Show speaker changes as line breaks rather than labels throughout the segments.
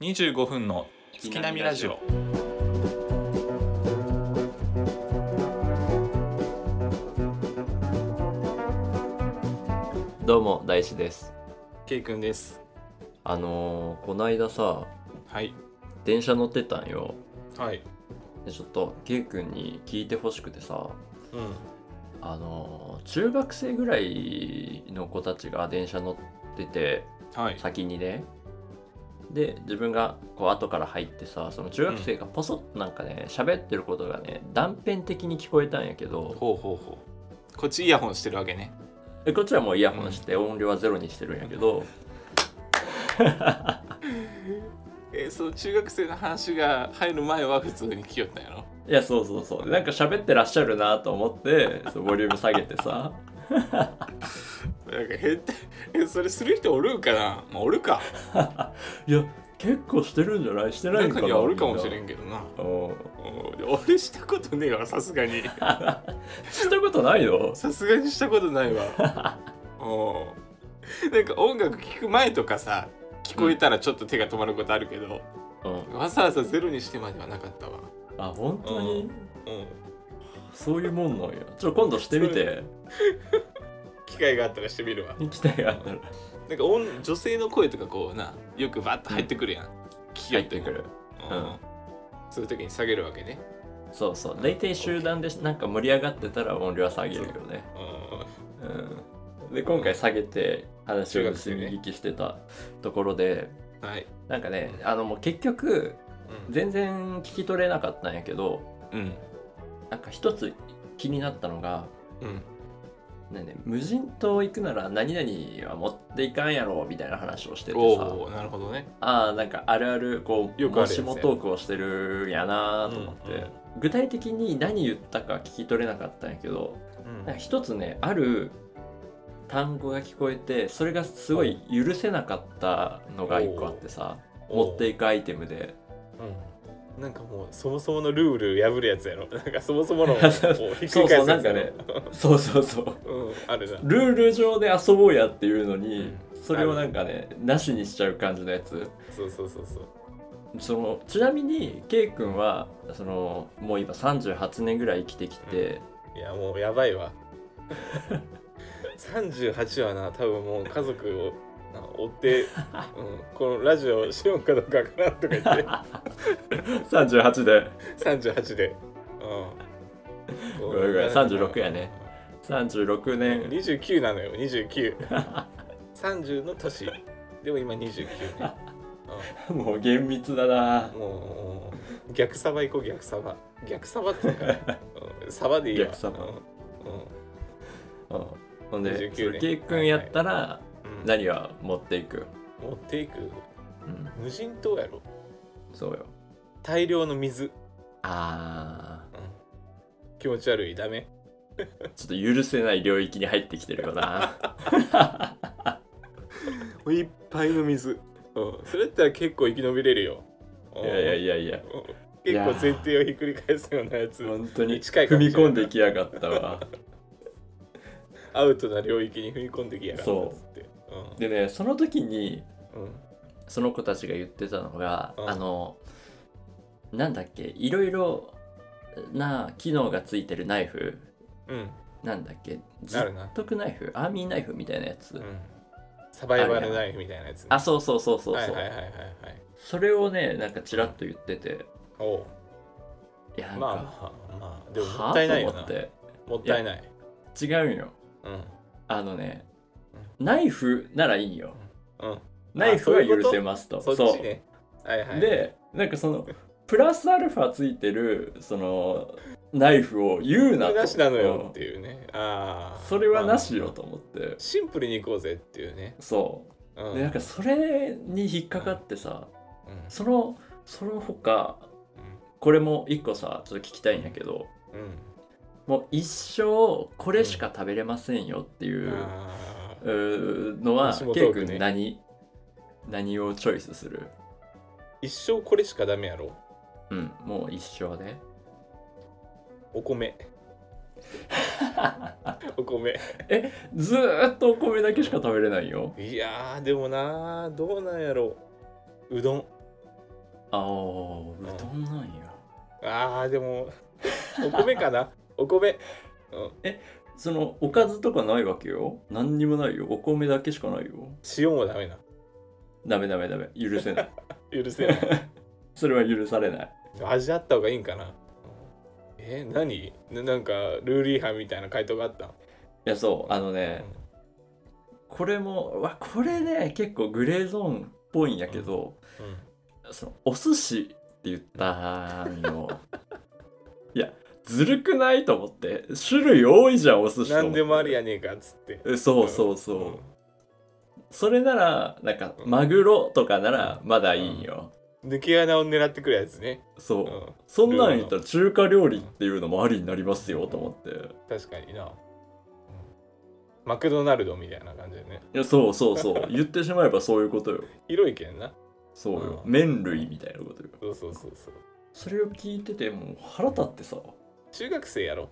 25分の月並みラジオ
どうも大志です
ケイくんです。
あのー、こないださ
はい。
電車乗ってたんよ
はい。
でちょっと K 君に聞いてほしくてさ
うん。
あのー、中学生ぐらいの子たちが電車乗ってて
はい。
先にねで自分がこう後から入ってさその中学生がポソッとなんかね喋ってることがね断片的に聞こえたんやけど
ほうほうほう。こっちイヤホンしてるわけね。
えこっちはもうイヤホンして音量はゼロにしてるんやけど
えー、そう中学生の話が入る前は普通に聞きよったんやろ。
いやそうそうそうでなんか喋ってらっしゃるなと思ってそうボリューム下げてさ
なんか変態、えそれする人おるんかな。まあ、おるか。
いや結構してるんじゃないしてないんか
中
な
にはおるかもしれ
ん
んけどな。
うん
うん俺したことねえわさすがに。
したことないよ
さすがにしたことないわ。 うんなんか音楽聞く前とかさ。聞こえたらちょっと手が止まることあるけど、
うん
わざわざゼロにしてまではなかったわ。
あ本当に
うん。
そういうもんなんやちょっと今度してみて
機会があったらしてみるわ。
行きたいがあったら
なんか女女性の声とかこうなよくバッと入ってくるやん、聞き
入
よ
ってくる
う
うん
ん、そういう時に下げるわけね、
そうそう大体集団でなんか盛り上がってたら音量は下げるよね
う
うんで今回下げて話を盗み聞きしてたところで
ん、はい、
なんかねあのもう結局
うん
全然聞き取れなかったんやけど
うん
なんか一つ気になったのが
うん
ねえねえ無人島行くなら何々は持っていかんやろみたいな話をしててさ
おおなるほどね
ああなんかあるあるこう
よくあるやつ
し
ね
もトークをしてるんやなと思って、
うんうん
具体的に何言ったか聞き取れなかったんやけど
うん
なんか一つねある単語が聞こえてそれがすごい許せなかったのが一個あってさ持っていくアイテムで
うんなんかもうそもそものルール破るやつやろなんかそもそも の
そう
こひっく
そう
り返
そ
す
うな
や
ん
つや
か
ろ
ねそうそうそう
うんあるな
ルール上で遊ぼうやっていうのに、
うん
それをなんかねなしにしちゃう感じのやつ
そうそうそうそう
そのちなみに K 君はそのもう今38年ぐらい生きてきて、
いやもうやばいわ38はな多分もう家族をな追 って、うん、このラジオしようかどうかわからんとか言って
38で
38で。うん。
ごめんごめん36やね。36年
29なのよ、29。30の年。でも今29ね。
もう厳密だな
うん、もう、逆サバ行こう、逆サバ。逆サバって言うから。うんサバでいいわ。
逆サバ
うん。うん
うんほんで
29
それ
ね
K 君やったら
うん
何は持っていく、
持っていく
うん、
無人島やろ
そうよ
大量の水、
あ
うん、気持ち悪いダメ
ーちょっと許せない領域に入ってきてるよな
いっぱいの水、うん、それやったら結構生き延びれるようん
いやいやいやいや
結構前提をひっくり返すようなやつ
本当に
近いか
踏
もし
み
れない
込んできやがったわ
アウトな領域に踏み込んできやがったっつってう
でねその時
んう
に
ん
その子たちが言ってたのが、
うん
あのなんだっけいろいろな機能がついてるナイフ
うん
なんだっけず
あ
っ
るな
とくナイフアーミーナイフみたいなやつ、
うんサバイバルナイフみたいなやつね
あそうそうそうそうそう、
はいはいはいはいはい
それをねなんかちらっと言ってて
おう
いやなんか、
まあ
は
まあまあ
あ
でももったいないよ
と
な
思って
もったいない
違うんよ
うん
あのねナイフならいいよ
うん
ナイフ
そう
は
いうこと
許せますと
そっちねはいはい
でなんかそのプラスアルファついてるそのナイフを言う
そ
な
れ
と
なしなのよって
うん
いうねああ
それはなしよと思って
シンプルに行こうぜっていうね
そううんでなんかそれに引っかかってさ
うん
そのその他これも一個さちょっと聞きたいんやけど
うん
もう一生これしか食べれませんよっていうう、
んあー
うーのは、
私もト
ケイ
ークね
君何何をチョイスする
一生これしかダメやろ
うんもう一生で、
お米お米
ずーっとお米だけしか食べれないよ
いやーでもなーどうなんやろううどん
あおうどんなんや
あーでもお米かなお米うん
そのおかずとかないわけよ何にもないよお米だけしかないよ
塩もダメな
ダメダメダメ許せない
許せない
それは許されない
味あった方がいいんかなえ何ななんかルール違反みたいな回答があった
いやそうあのね、これもうわこれね結構グレーゾーンっぽいんやけど、
うん
そのお寿司って言ったんよ いやずるくないと思って種類多いじゃんお寿司と思
何
って
でもありやねえかっつって
えそうそうそう、
ん
それならなんか
うん
マグロとかならまだいいんよ、
抜け穴を狙ってくるやつね、
そうう、
ん、
そんなん言ったら中華料理っていうのもありになりますよと思ってい
確かにな、うんマクドナルドみたいな感じでね
やそうそうそう 言ってしまえばそういうことよ
広いけんな
そうよ、
うん
麺類みたいなことよ
そうそうそうそう
それを聞いててもう腹立ってさ
中学生やろ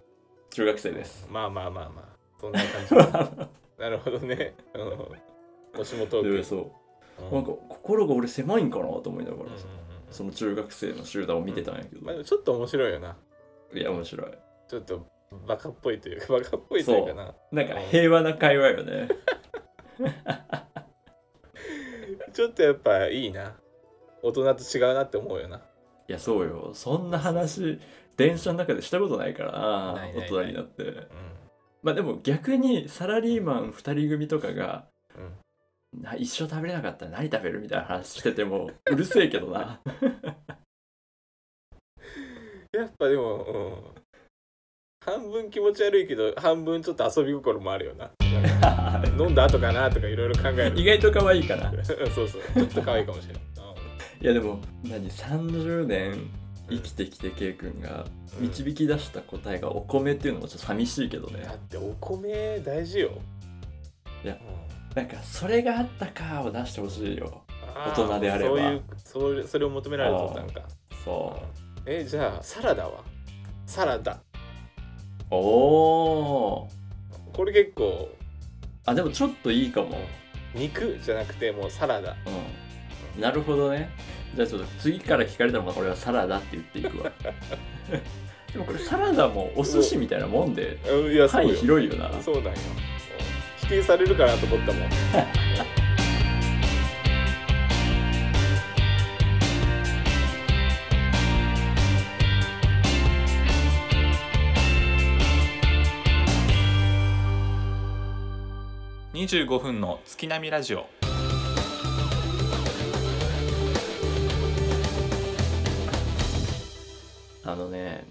中学生です
まあまあまあまあそんな感じ なるほどねうんもしもトー
で
ク
そう、
う
なんか心が俺狭いんかなと思いなが
うん
ら
うん
さ、
うん
その中学生の集団を見てたんやけど、
まあでもちょっと面白いよない
や面白い
ちょっとバカっぽいというかバカっぽいというかな
なんか平和な会話よね
ちょっとやっぱいいな大人と違うなって思うよない
やそうよそんな話電車の中でしたことないからな
ないないない
大人になって
う
まあでも逆にサラリーマン2人組とかが、な一生食べれなかったら何食べるみたいな話しててもうるせえけど な
んやっぱでも、うん、半分気持ち悪いけど半分ちょっと遊び心もあるよな なんか飲んだ後かなとかいろいろ考える
意外と可愛いかな
そうそうちょっと可愛いかもしれない
いやでも何30年生きてきて K 君が
うん
導き出した答えがお米っていうのもちょっと寂しいけどね
だってお米大事よ
いや
うん
なんかそれがあったかを出してほしいよ
あー
大人であれば
そういうそれそれを求められとったんか
そ
えじゃあサラダはサラダ
うおー
これ結構
あでもちょっといいかも
肉じゃなくてもうサラダ
うんなるほどねじゃあちょっと次から聞かれたら俺はサラダって言っていく わでもこれサラダもお寿司みたいなもんで
うんいやそう
範囲
よ
広いよな
そうなんようん否定されるかなと思ったもん
25分の月並みラジオ
あのね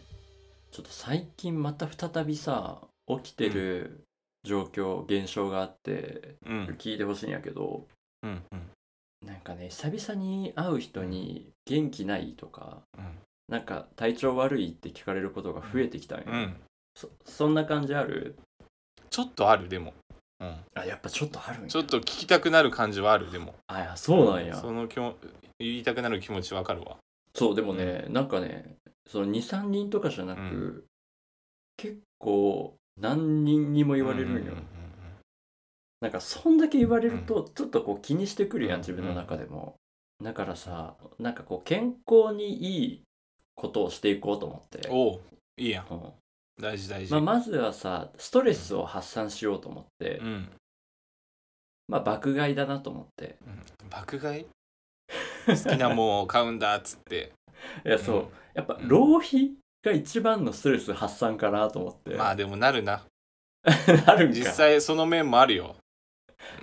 ちょっと最近また再びさ起きてる状況、現象があって
うん
聞いてほしいんやけど
うんうん
なんかね久々に会う人に「元気ない?」とか
うん
「なんか体調悪い?」って聞かれることが増えてきたんよ、
うん
そそんな感じある
ちょっとあるでも、うん、
あやっぱちょっとあるんや
ちょっと聞きたくなる感じはあるでも
あいやそうなんや
そのきょ言いたくなる気持ちわかるわ
そうでもね、なんかねその23人とかじゃなく、
うん
結構何人にも言われるんよ、
うんうんうんうん
なんかそんだけ言われる
う
とちょっとこう気にしてくるやん、
うん
自分の中でも、だからさなんかこう健康にいいことをしていこうと思って、
おういいやん
うん
大事大事、
まあ、まずはさストレスを発散しようと思って、
うん、うん、
まあ爆買いだなと思って
爆買い好 きなもんを買うんだっつって
いや そう、
うん
やっぱ
うん
浪費が一番のストレス発散かなと思って、
まあでもなるな
なるんか
実際その面もあるよ、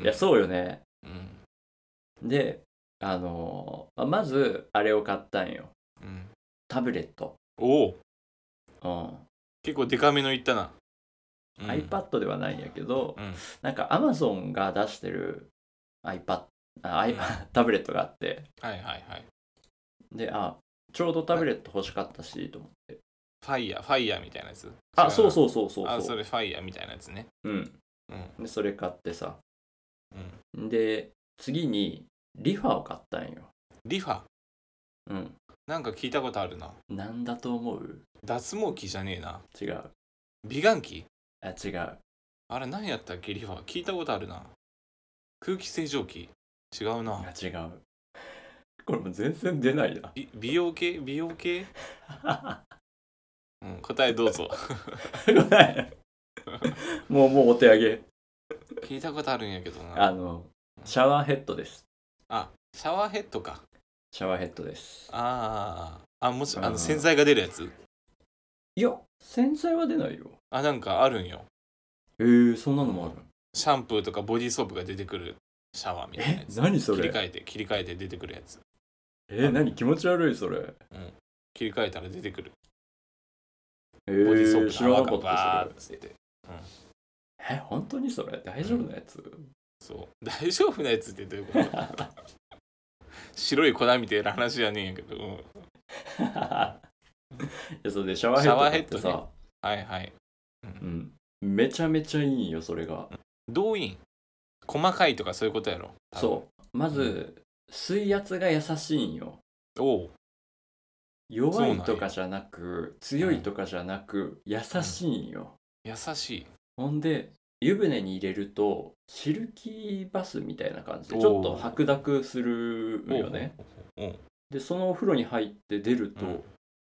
いやそうよね
うん
で、あのーまあまず、あれを買ったんよ。
うん、
タブレット。
おお
うん
結構デカめのいったな、うん
iPad ではないんやけど、
うん
なんか Amazon が出してる iPad、あ、i タブレットがあって、
はいはいはい
で、あ、ちょうどタブレット欲しかったし、と思って。
ファイヤーファイヤーみたいなやつ
あ、そう
う
そうそうそう
あ
そ。
そうれファイヤーみたいなやつね
うん。
うん
で、それ買ってさ。
うん
で、次に、リファを買ったんよ。
リファ
うん。
なんか聞いたことあるな
なんだと思う
脱毛器じゃねえな
違う。
美顔器
あ、違う。
あれ何やったっけリファ聞いたことあるな空気清浄機違う
あ
な
違う。これもう全然出ないな。
び美容系美容系、 うん、答えどうぞ
もう、もうお手上げ。
聞いたことあるんやけどな
あの、シャワーヘッドです。
シャワーヘッドか
シャワーヘッドです。
あーあもしあ
う
の
ん
洗剤が出るやつ
いや、洗剤は出ないよ。
あなんかあるんよ
えー、そんなのもある。
シャンプーとかボディーソープが出てくるシャワーみたいなや
え、
つ
何そ
切り
れ
替えて切り替えて出てくるやつ
えー、何気持ち悪いそれ。
切り替えたら出てくる
え
ボディーソー
ー、
プ
知
の
ら
泡が
なかった
バー
それ
ッ。つって
え、本当にそれ大丈夫なやつ、
そう 大丈夫なやつってどういうこと 白い粉みたいな話やねんやけど、うん
いやそれでシャワーヘッド買って
シャワーヘッド
さ、
はいはい
うん、めちゃめちゃいいよそれが、
動員細かいとかそういうことやろ
そうまず水圧が優しいんよ
うおうそう
弱
なん
い
や
とかじゃなく強いとかじゃなく優しいんよ、
優しい
ほんで湯船に入れるとシルキーバスみたいな感じで
おー
ちょっと白濁するよね
おう
でそのお風呂に入って出ると、
うん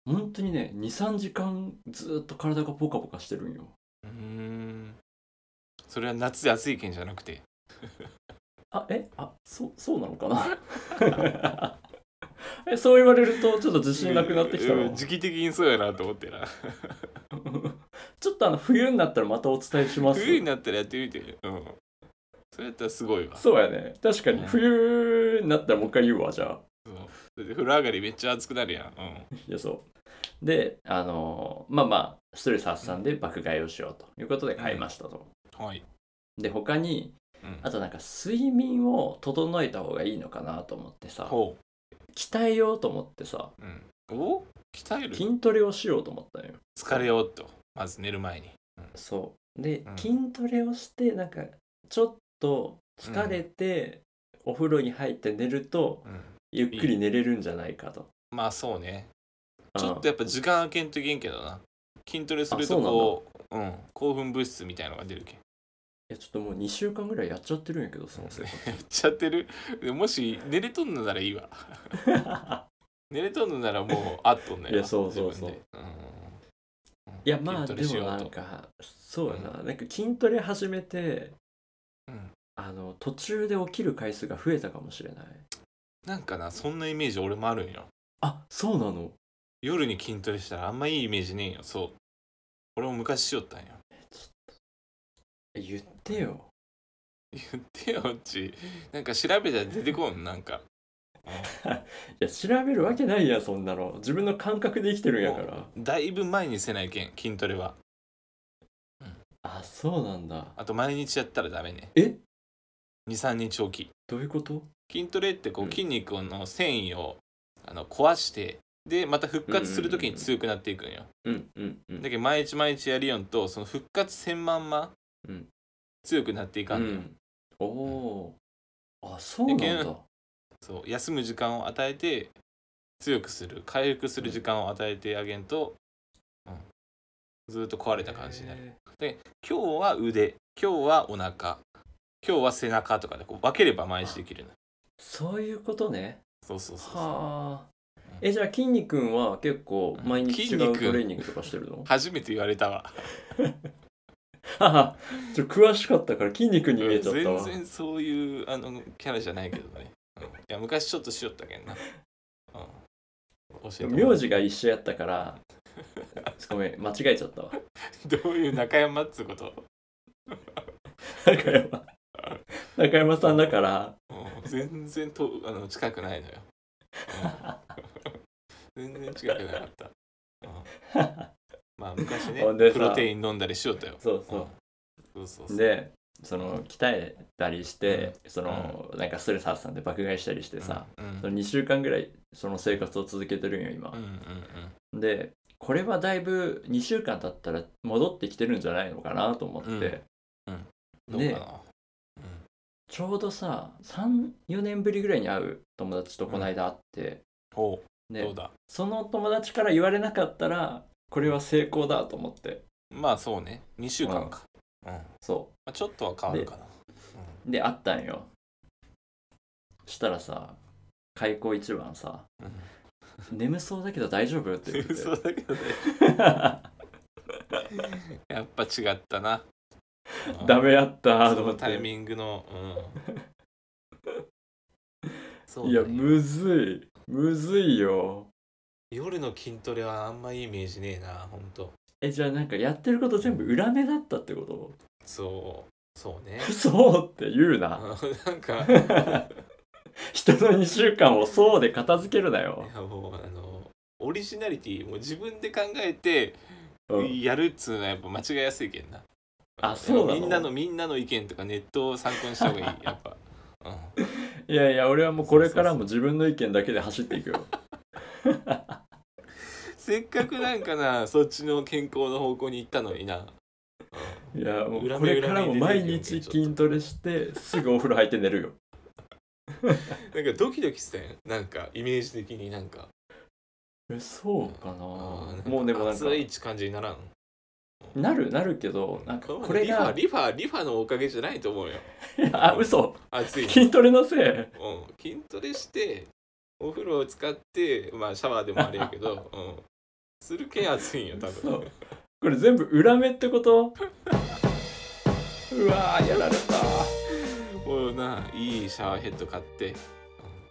本当にね23時間ずーっと体がポカポカしてるんよ
うーんそれは夏で暑いけんじゃなくて
あえあそうそうなの かなえそう言われるとちょっと自信なくなってきた
う
の
ん時期的にそうやなと思ってな
ちょっとあの冬になったらまたお伝えします
冬になったらやってみてうんそれやったらすごいわ
そうやね確かに冬になったらもう一回言うわじゃあ
そうだって風呂上がりめっちゃ暑くなるやん
いやそうであのーまあまあストレス発散で爆買いをしようということで買いましたと、
うんはい、
で他に
うん、
あとなんか睡眠を整えた方がいいのかなと思ってさ
ほ
鍛えようと思ってさ
う、うん、お鍛える
筋トレをしようと思ったのよ
疲れようとまず寝る前に
そうで、
うん
筋トレをしてなんかちょっと疲れて、お風呂に入って寝ると
うん
ゆっくり寝れるんじゃないかと
まあそうねちょっ
うん
とやっぱ時間空けんといけんけどな筋トレするとこううん興奮物質みたいのが出るけん
いやちょっともう2週間ぐらいやっちゃってるんやけどそのせい
やっちゃってるでもし寝れとんのならいいわ 寝れとんのならもうあっとんのやわ
いやそうそうそう
自分でん
いやまあ
筋ト
で
レし
も
よう
な
と
んかそうやな、なんか筋トレ始めて
うん
あの途中で起きる回数が増えたかもしれない
なんかなそんなイメージ俺もあるんよ
あそうなの
夜に筋トレしたらあんまいいイメージねえよそう俺も昔しよったんよ
え言ってよ
言ってようちなんか調べたら出てこんなんか
いや調べるわけないやんそんなの自分の感覚で生きてるんやから
だいぶ前にせないけん筋トレは
あそうなんだ
あと毎日やったらダメね
え
23日おき
どういうこと
筋トレってこ
う
うん筋肉の繊維をあの壊してでまた復活するときに強くなっていくんよ
うんうんうん
だけど毎日毎日やりよんとその復活せんまんま
うん
強くなっていかんのよ、
おおーあそうなん
いけ
だ
そう休む時間を与えて強くする回復する時間を与えてあげんと、うん、ずーっと壊れた感じになる
へ
今日は腕今日はお腹今日は背中とかでこう分ければ毎日できるの
ーそういうことね
そうそうそうそう
はあえじゃあ筋肉くんは結構毎日違
筋肉
うトレーニングとかしてるの
初めて言われたわ
ははちょっと詳しかったから筋肉に見えちゃった
全
わ
然そういうあのキャラじゃないけどね、うんいや昔ちょっとしよったけんな、うん、教えてもらう
名字が一緒やったからごめん間違えちゃったわ
どういう中山っつうこと、
中山中山さんだから
うん全然とあの近くないのよ、うん全然近くなかった、うんまあ昔ね
ほんでさ
プロテイン飲んだりしよったよ、
そう
うん
そう
そうそうそう
でその鍛えたりして、そのなんかストレス発散で爆買いしたりしてさ、
うんうん
その2週間ぐらいその生活を続けてるんよ今
うん、うん
でこれはだいぶ2週間経ったら戻ってきてるんじゃないのかなと思って、
うんうんどう
で
かな、
ちょうどさ34年ぶりぐらいに会う友達とこの間会って、
ほう
で
どうだ
その友達から言われなかったらこれは成功だと思って
まあそうね2週間か、うんま
そ
あ、ちょっとは変わるかな
うで会ったんよしたらさ開口一番さ
うん
「眠そうだけど大丈夫?」って言 って
嘘だけどねやっぱ違ったな
ダメやった
そ
と思っ
の
て
タイミングの、うん、そう
いや
だね
むずいむずいよ
夜の筋トレはあんまいいイメージねえなほんと
えじゃあなんかやってること全部裏目だったってこと
そうそうね
そうって言う
う
な。
んなんかい
人の2週間をそうで片付けるなよ。
やもうあのオリジナリティもう自分で考えて
うん、
やるっつうのはやっぱ間違いやすいけんな、
あ、そうなの
みんなのみんなの意見とかネットを参考にした方がいいやっぱ、うん、
いやいや、俺はもうこれからも自分の意見だけで走っていくよ。
せっかくなんか なそっちの健康の方向に行ったのにない
や、もう
裏
こ
目
れからも毎
裏目に出てる
日
よちょっと
筋トレして、すぐお風呂入って寝るよ。
なんかドキドキせんなんかイメージ的になんか
え、そうかな。もう
ね
でもなんか
熱、い感じにならん
なる、なるけど、なんかこれが、
リファリファリファのおかげじゃないと思うよ
いやあ、嘘
暑いの
筋トレのせい。
うん、筋トレしてお風呂を使ってまあシャワーでもあれやけ ど、うん、するけん暑いんよ多
そ
分
うこれ全部裏目ってこと うわー、やられた。
もうないいシャワーヘッド買って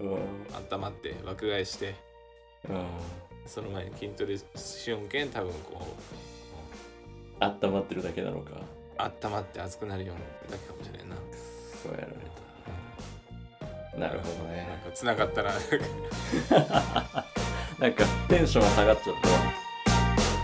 うん。うん
温まって爆買いしてその前に筋トレしよんけん多分こう
温まってるだけなのか。
温まって熱くなるようなだけかもしれんな
そうやられた。なるほど
なん
ね。
かつながったら
なんかテンションが下がっちゃったわ。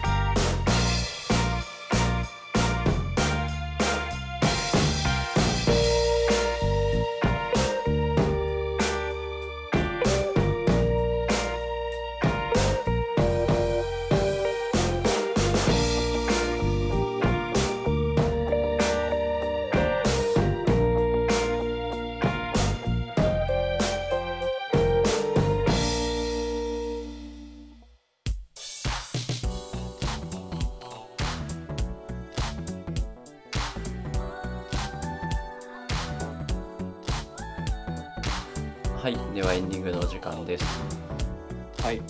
はい、ではエンディングのお時間です。
はい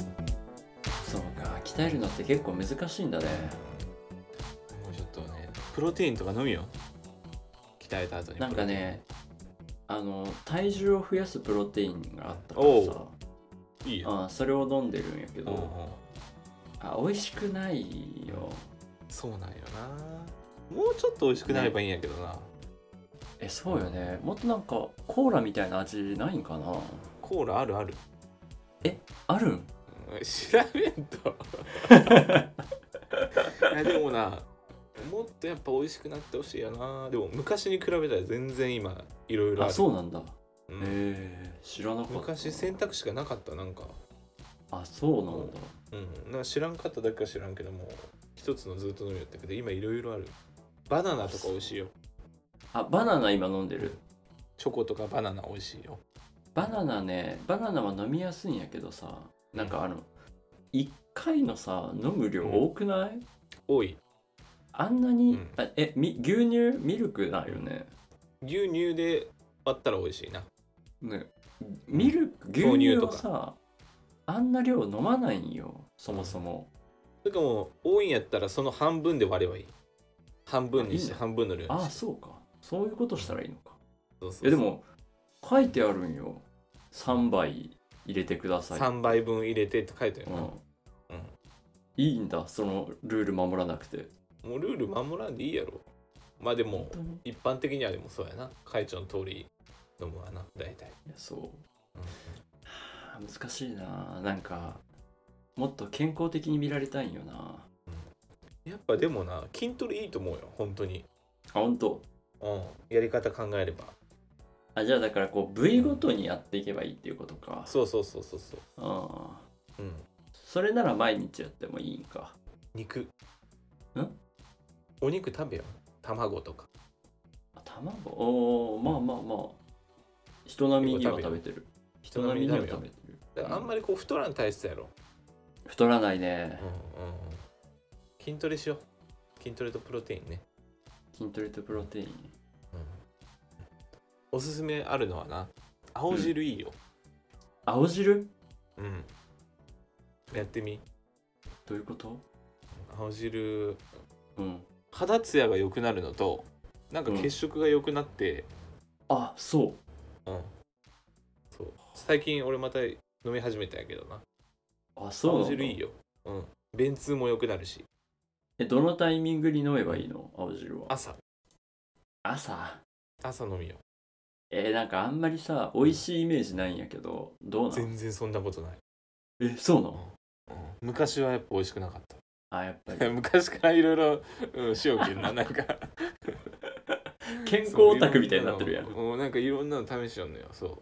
そうか、鍛えるのって結構難しいんだね。
もうちょっとねプロテインとか飲みよ鍛えた後に
なんかね、あの体重を増やすプロテインがあったか
お
ら
う
さ、
プロテインいいよ
あそれを飲んでるんやけ
うんうん
ど、あ美味しくないよ。
そうなんよなもうちょっと美味しくなればいいんやけどな、
え、そうよね。もっとなんかコーラみたいな味ないんかな。
コーラあるある
あるん？
調べん といやでもなもっとやっぱ美味しくなってほしいよなでも昔に比べたら全然今いろいろあ
あ、
る
そうなんだ。へ
うん
え、知らなかった。
昔選択肢がなかったなんか,、
あ、そうなんだ。
うん、なんか知らんかっただけか知らんけども一つのずっと飲みやったけど今いろいろあるバナナとか美味しいよ
あ、バナナ今飲んでる。
チョコとかバナナ美味しいよ
バナナねバナナは飲みやすいんやけどさなんかあの1回のさ飲む量多くない、
多い
あんなに、
うん
あえみ牛乳ミルクないよね
牛乳で割ったら美味しいな
ねミルク牛
豆
乳
乳と
を
か
さあんな量飲まないんよそもそも、
それかもう多いんやったらその半分で割ればいい半分にして
あいいね
半分の量に
ああ
して
そうかそういうことしたらいいのか
そうそう
いやでも書いてあるんよ3杯入れてください、
3倍分入れてって書いてあ
う
る
ん
ようん
いいんだそのルール守らなくて
もうルール守らんでいいやろまあでも
本当に
一般的にはでもそうやな会長の通り飲むわな大体
いやそう、
うん
はあ難しいななんかもっと健康的に見られたいんよな
やっぱでもな筋トレいいと思うよ本当に
あ本当
うんやり方考えれば
あじゃあだからこう部位ごとにやっていけばいいっていうことか
そうそうそうそうそう
あ
うん
それなら毎日やってもいいんか
肉んお肉食べよ卵とか
あ卵おーまあまあまあ人並みには食べてる人並みには食べてる
だからあんまりこう太らん体質やろ
太らないね
うんうんうん筋トレしよう筋トレとプロテインね
筋トレとプロテイン
おすすめあるのはな青汁いいよ、
青汁
うんやってみ
どういうこと
青汁
うん。
肌ツヤが良くなるのとなんか血色が良くなって、
あ、そう。
うんそう最近俺また飲み始めたんやけどな
あ、そうなん
青
だ
汁いいようん便通も良くなるし
え、どのタイミングに飲めばいいの青汁は。
朝
朝
朝飲みよ
えーなんかあんまりさ、美味しいイメージないんやけど、どうなの
全然そんなことない、
え、そうなの
昔はやっぱ美味しくなかっ
あ、やっぱり
た。 昔からいろいろ塩気ななん か
健康オタクみたいになってるやん。
そういろんなのうんなんかいろんなの試しよんのよそ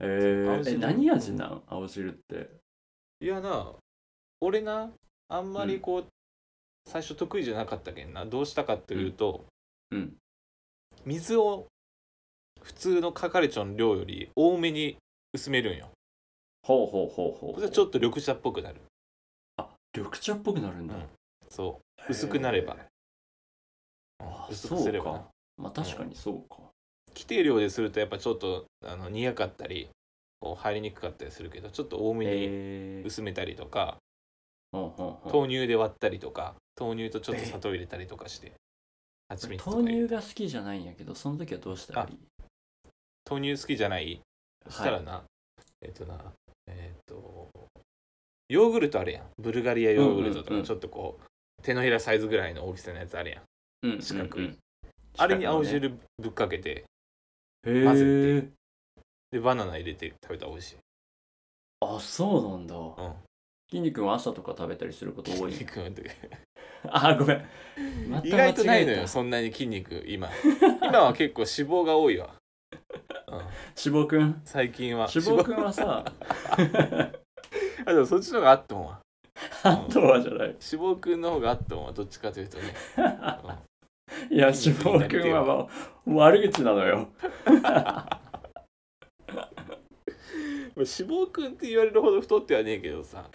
えー
青汁
え、何味なん青汁って。
ういやな俺なあんまりこう、最初得意じゃなかったけんなどうしたかというと、
うん。
水を普通のカカレチョン量より多めに薄めるんよ
ほうほうほうほう。
それはちょっと緑茶っぽくなる
あ、緑茶っぽくなるんだ。
うんそう薄くなれば
へー
うん
あ、
薄
そ
くすれ
う
ばな
か。まあ確かにそうか。
規定量でするとやっぱちょっとあの苦かったりこう入りにくかったりするけどちょっと多めに
えー
薄めたりとか、
うんうんうん
豆乳で割ったりとか豆乳とちょっと砂糖入れたりとかして、蜂蜜とか入
豆
れて
乳が好きじゃないんやけど、その時はどうしたらいい
豆乳好きじゃない
い
そしたらな、えっ、となえっ、とヨーグルトあるやんブルガリアヨーグルトと
うんう
か
んうん
ちょっとこう,、手のひらサイズぐらいの大きさのやつあるやん
うんうんうん
四角いあれに青汁ぶっかけて
混
混ぜ
ぜて
でバナナ入れて食べたら美味しい
あそうなんだ
うん
筋肉は朝とか食べたりすること多い
筋肉の時
あごめんまた
意外とないの
間違え
よ
た
そんなに筋肉今 今は結構脂肪が多いわ、うん、
脂肪くん
最近は
脂肪くんはさ
あでもそっちの方があったもんわ
あとはじゃない
脂肪くんの方があったもんわどっちかというとね、うん
いや脂
筋肉にな
肪
りてえわ
くんは、まあ、悪口なのよ
まあ、 脂肪くんって言われるほど太ってはねえけどさ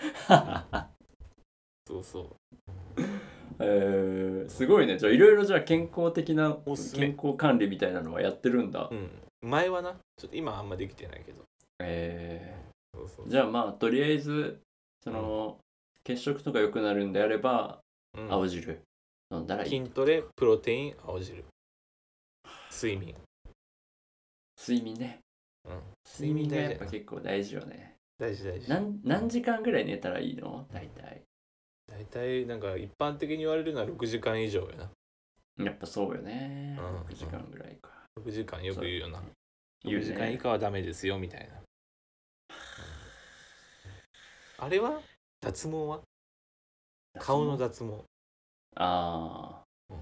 そうそう
えー、すごいねじゃあいろいろじゃあ健康的な
おすすめ
健康管理みたいなのはやってるんだ、
うん前はなちょっと今はあんまできてないけど
え
そうそう
ー、じゃあまあとりあえずその、血色とか良くなるんであれば
うん
青汁飲んだらいい
筋トレプロテイン青汁睡眠
睡眠ね、
うん
睡眠がやっぱ
睡眠大事やな
結構大事よね
大事大事
なん何時間ぐらい寝たらいいの大体
大体なんか一般的に言われるのは6時間以上やな
やっぱそうよね、
うん
6時間ぐらいか
6時間よく言うよな
言
6
うね
時間以下はダメですよみたいな、あれは脱毛は顔の脱毛
ああ、
うん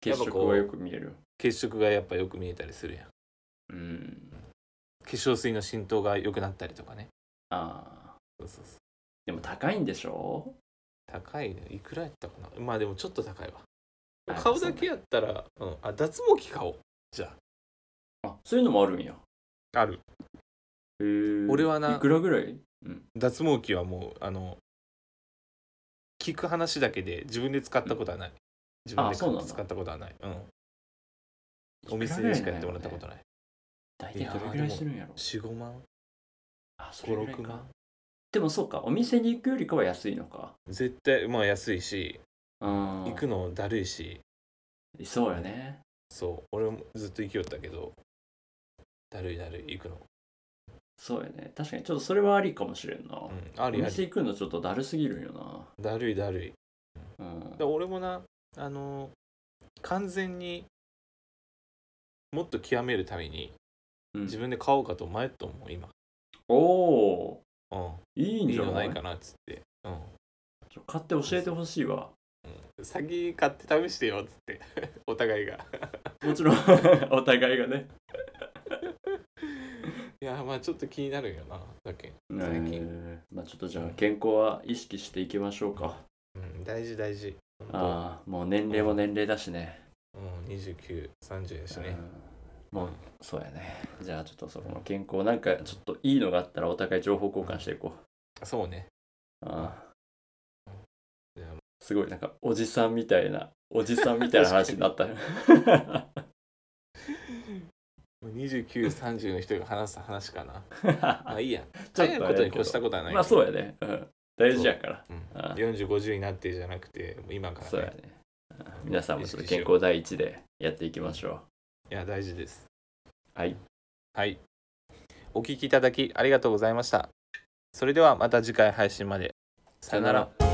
血色はよく見える
血色がやっぱよく見えたりするやん
うん
化粧水の浸透が良くなったりとかね
ああ
そうそうそう
でも高いんでしょ
高いねいくらやったかなまあでもちょっと高い
あ
わ顔だけやったらうんあ脱毛器顔
あそういうのもあるんや
ある
へえ
俺はない
くらぐらい、うん、
脱毛器はもうあの聞く話だけで自分で使ったことはない自分
あそうなん
で
だ
使ったことはないうんお店でしかやってもらったことない
大体どれぐらいするんやろ
45万
あそれぐらい
56
か
万
でもそうかお店に行くよりかは安いのか
絶対まあ安いし
うん
行くのだるいし
そうよね
そう俺もずっと行きよったけどだるいだるい行くの
そうよね確かにちょっとそれはありかもしれんな、
うんあ
お
りあ
店
り
行くのちょっとだるすぎるんよ
だるいだるい
な。うん
だから俺もなあのー完全にもっと極めるために
うん
自分で買おうかと迷っとんもん今、
おお
う
ー、いい
ん、
ん
いい
じゃ
の
な
ないいか
か
なっつって、
買って教えてほしいわ。
うん、先買って試してよっつって お互いが
もちろん お互いがね。
いやまあちょっと気になるよなだけん最近、
えーまあちょっとじゃあ健康は意識していきましょうか。
うん、大事大事本
ああ、もう年齢も年齢だしね。
当うん2930やしね
うんもうそうやね。じゃあちょっとその健康なんかちょっといいのがあったらお互い情報交換していこ
そうね
う。ああ
いや
すごいなんかおじさんみたいなおじさんみたいな話になった。
2930の人が話す話かなまあいいや
ちょっとあれだけど
早いことに越したことはない
まあそうやね。うん、大事やから。
うん
あ
4050になってじゃなくて今から、ね、
そうやね。皆さんもちょっと健康第一でやっていきましょ
いや大事です
はい
はいお聞きいただきありがとうございましたそれではまた次回配信まで
う。
さよなら。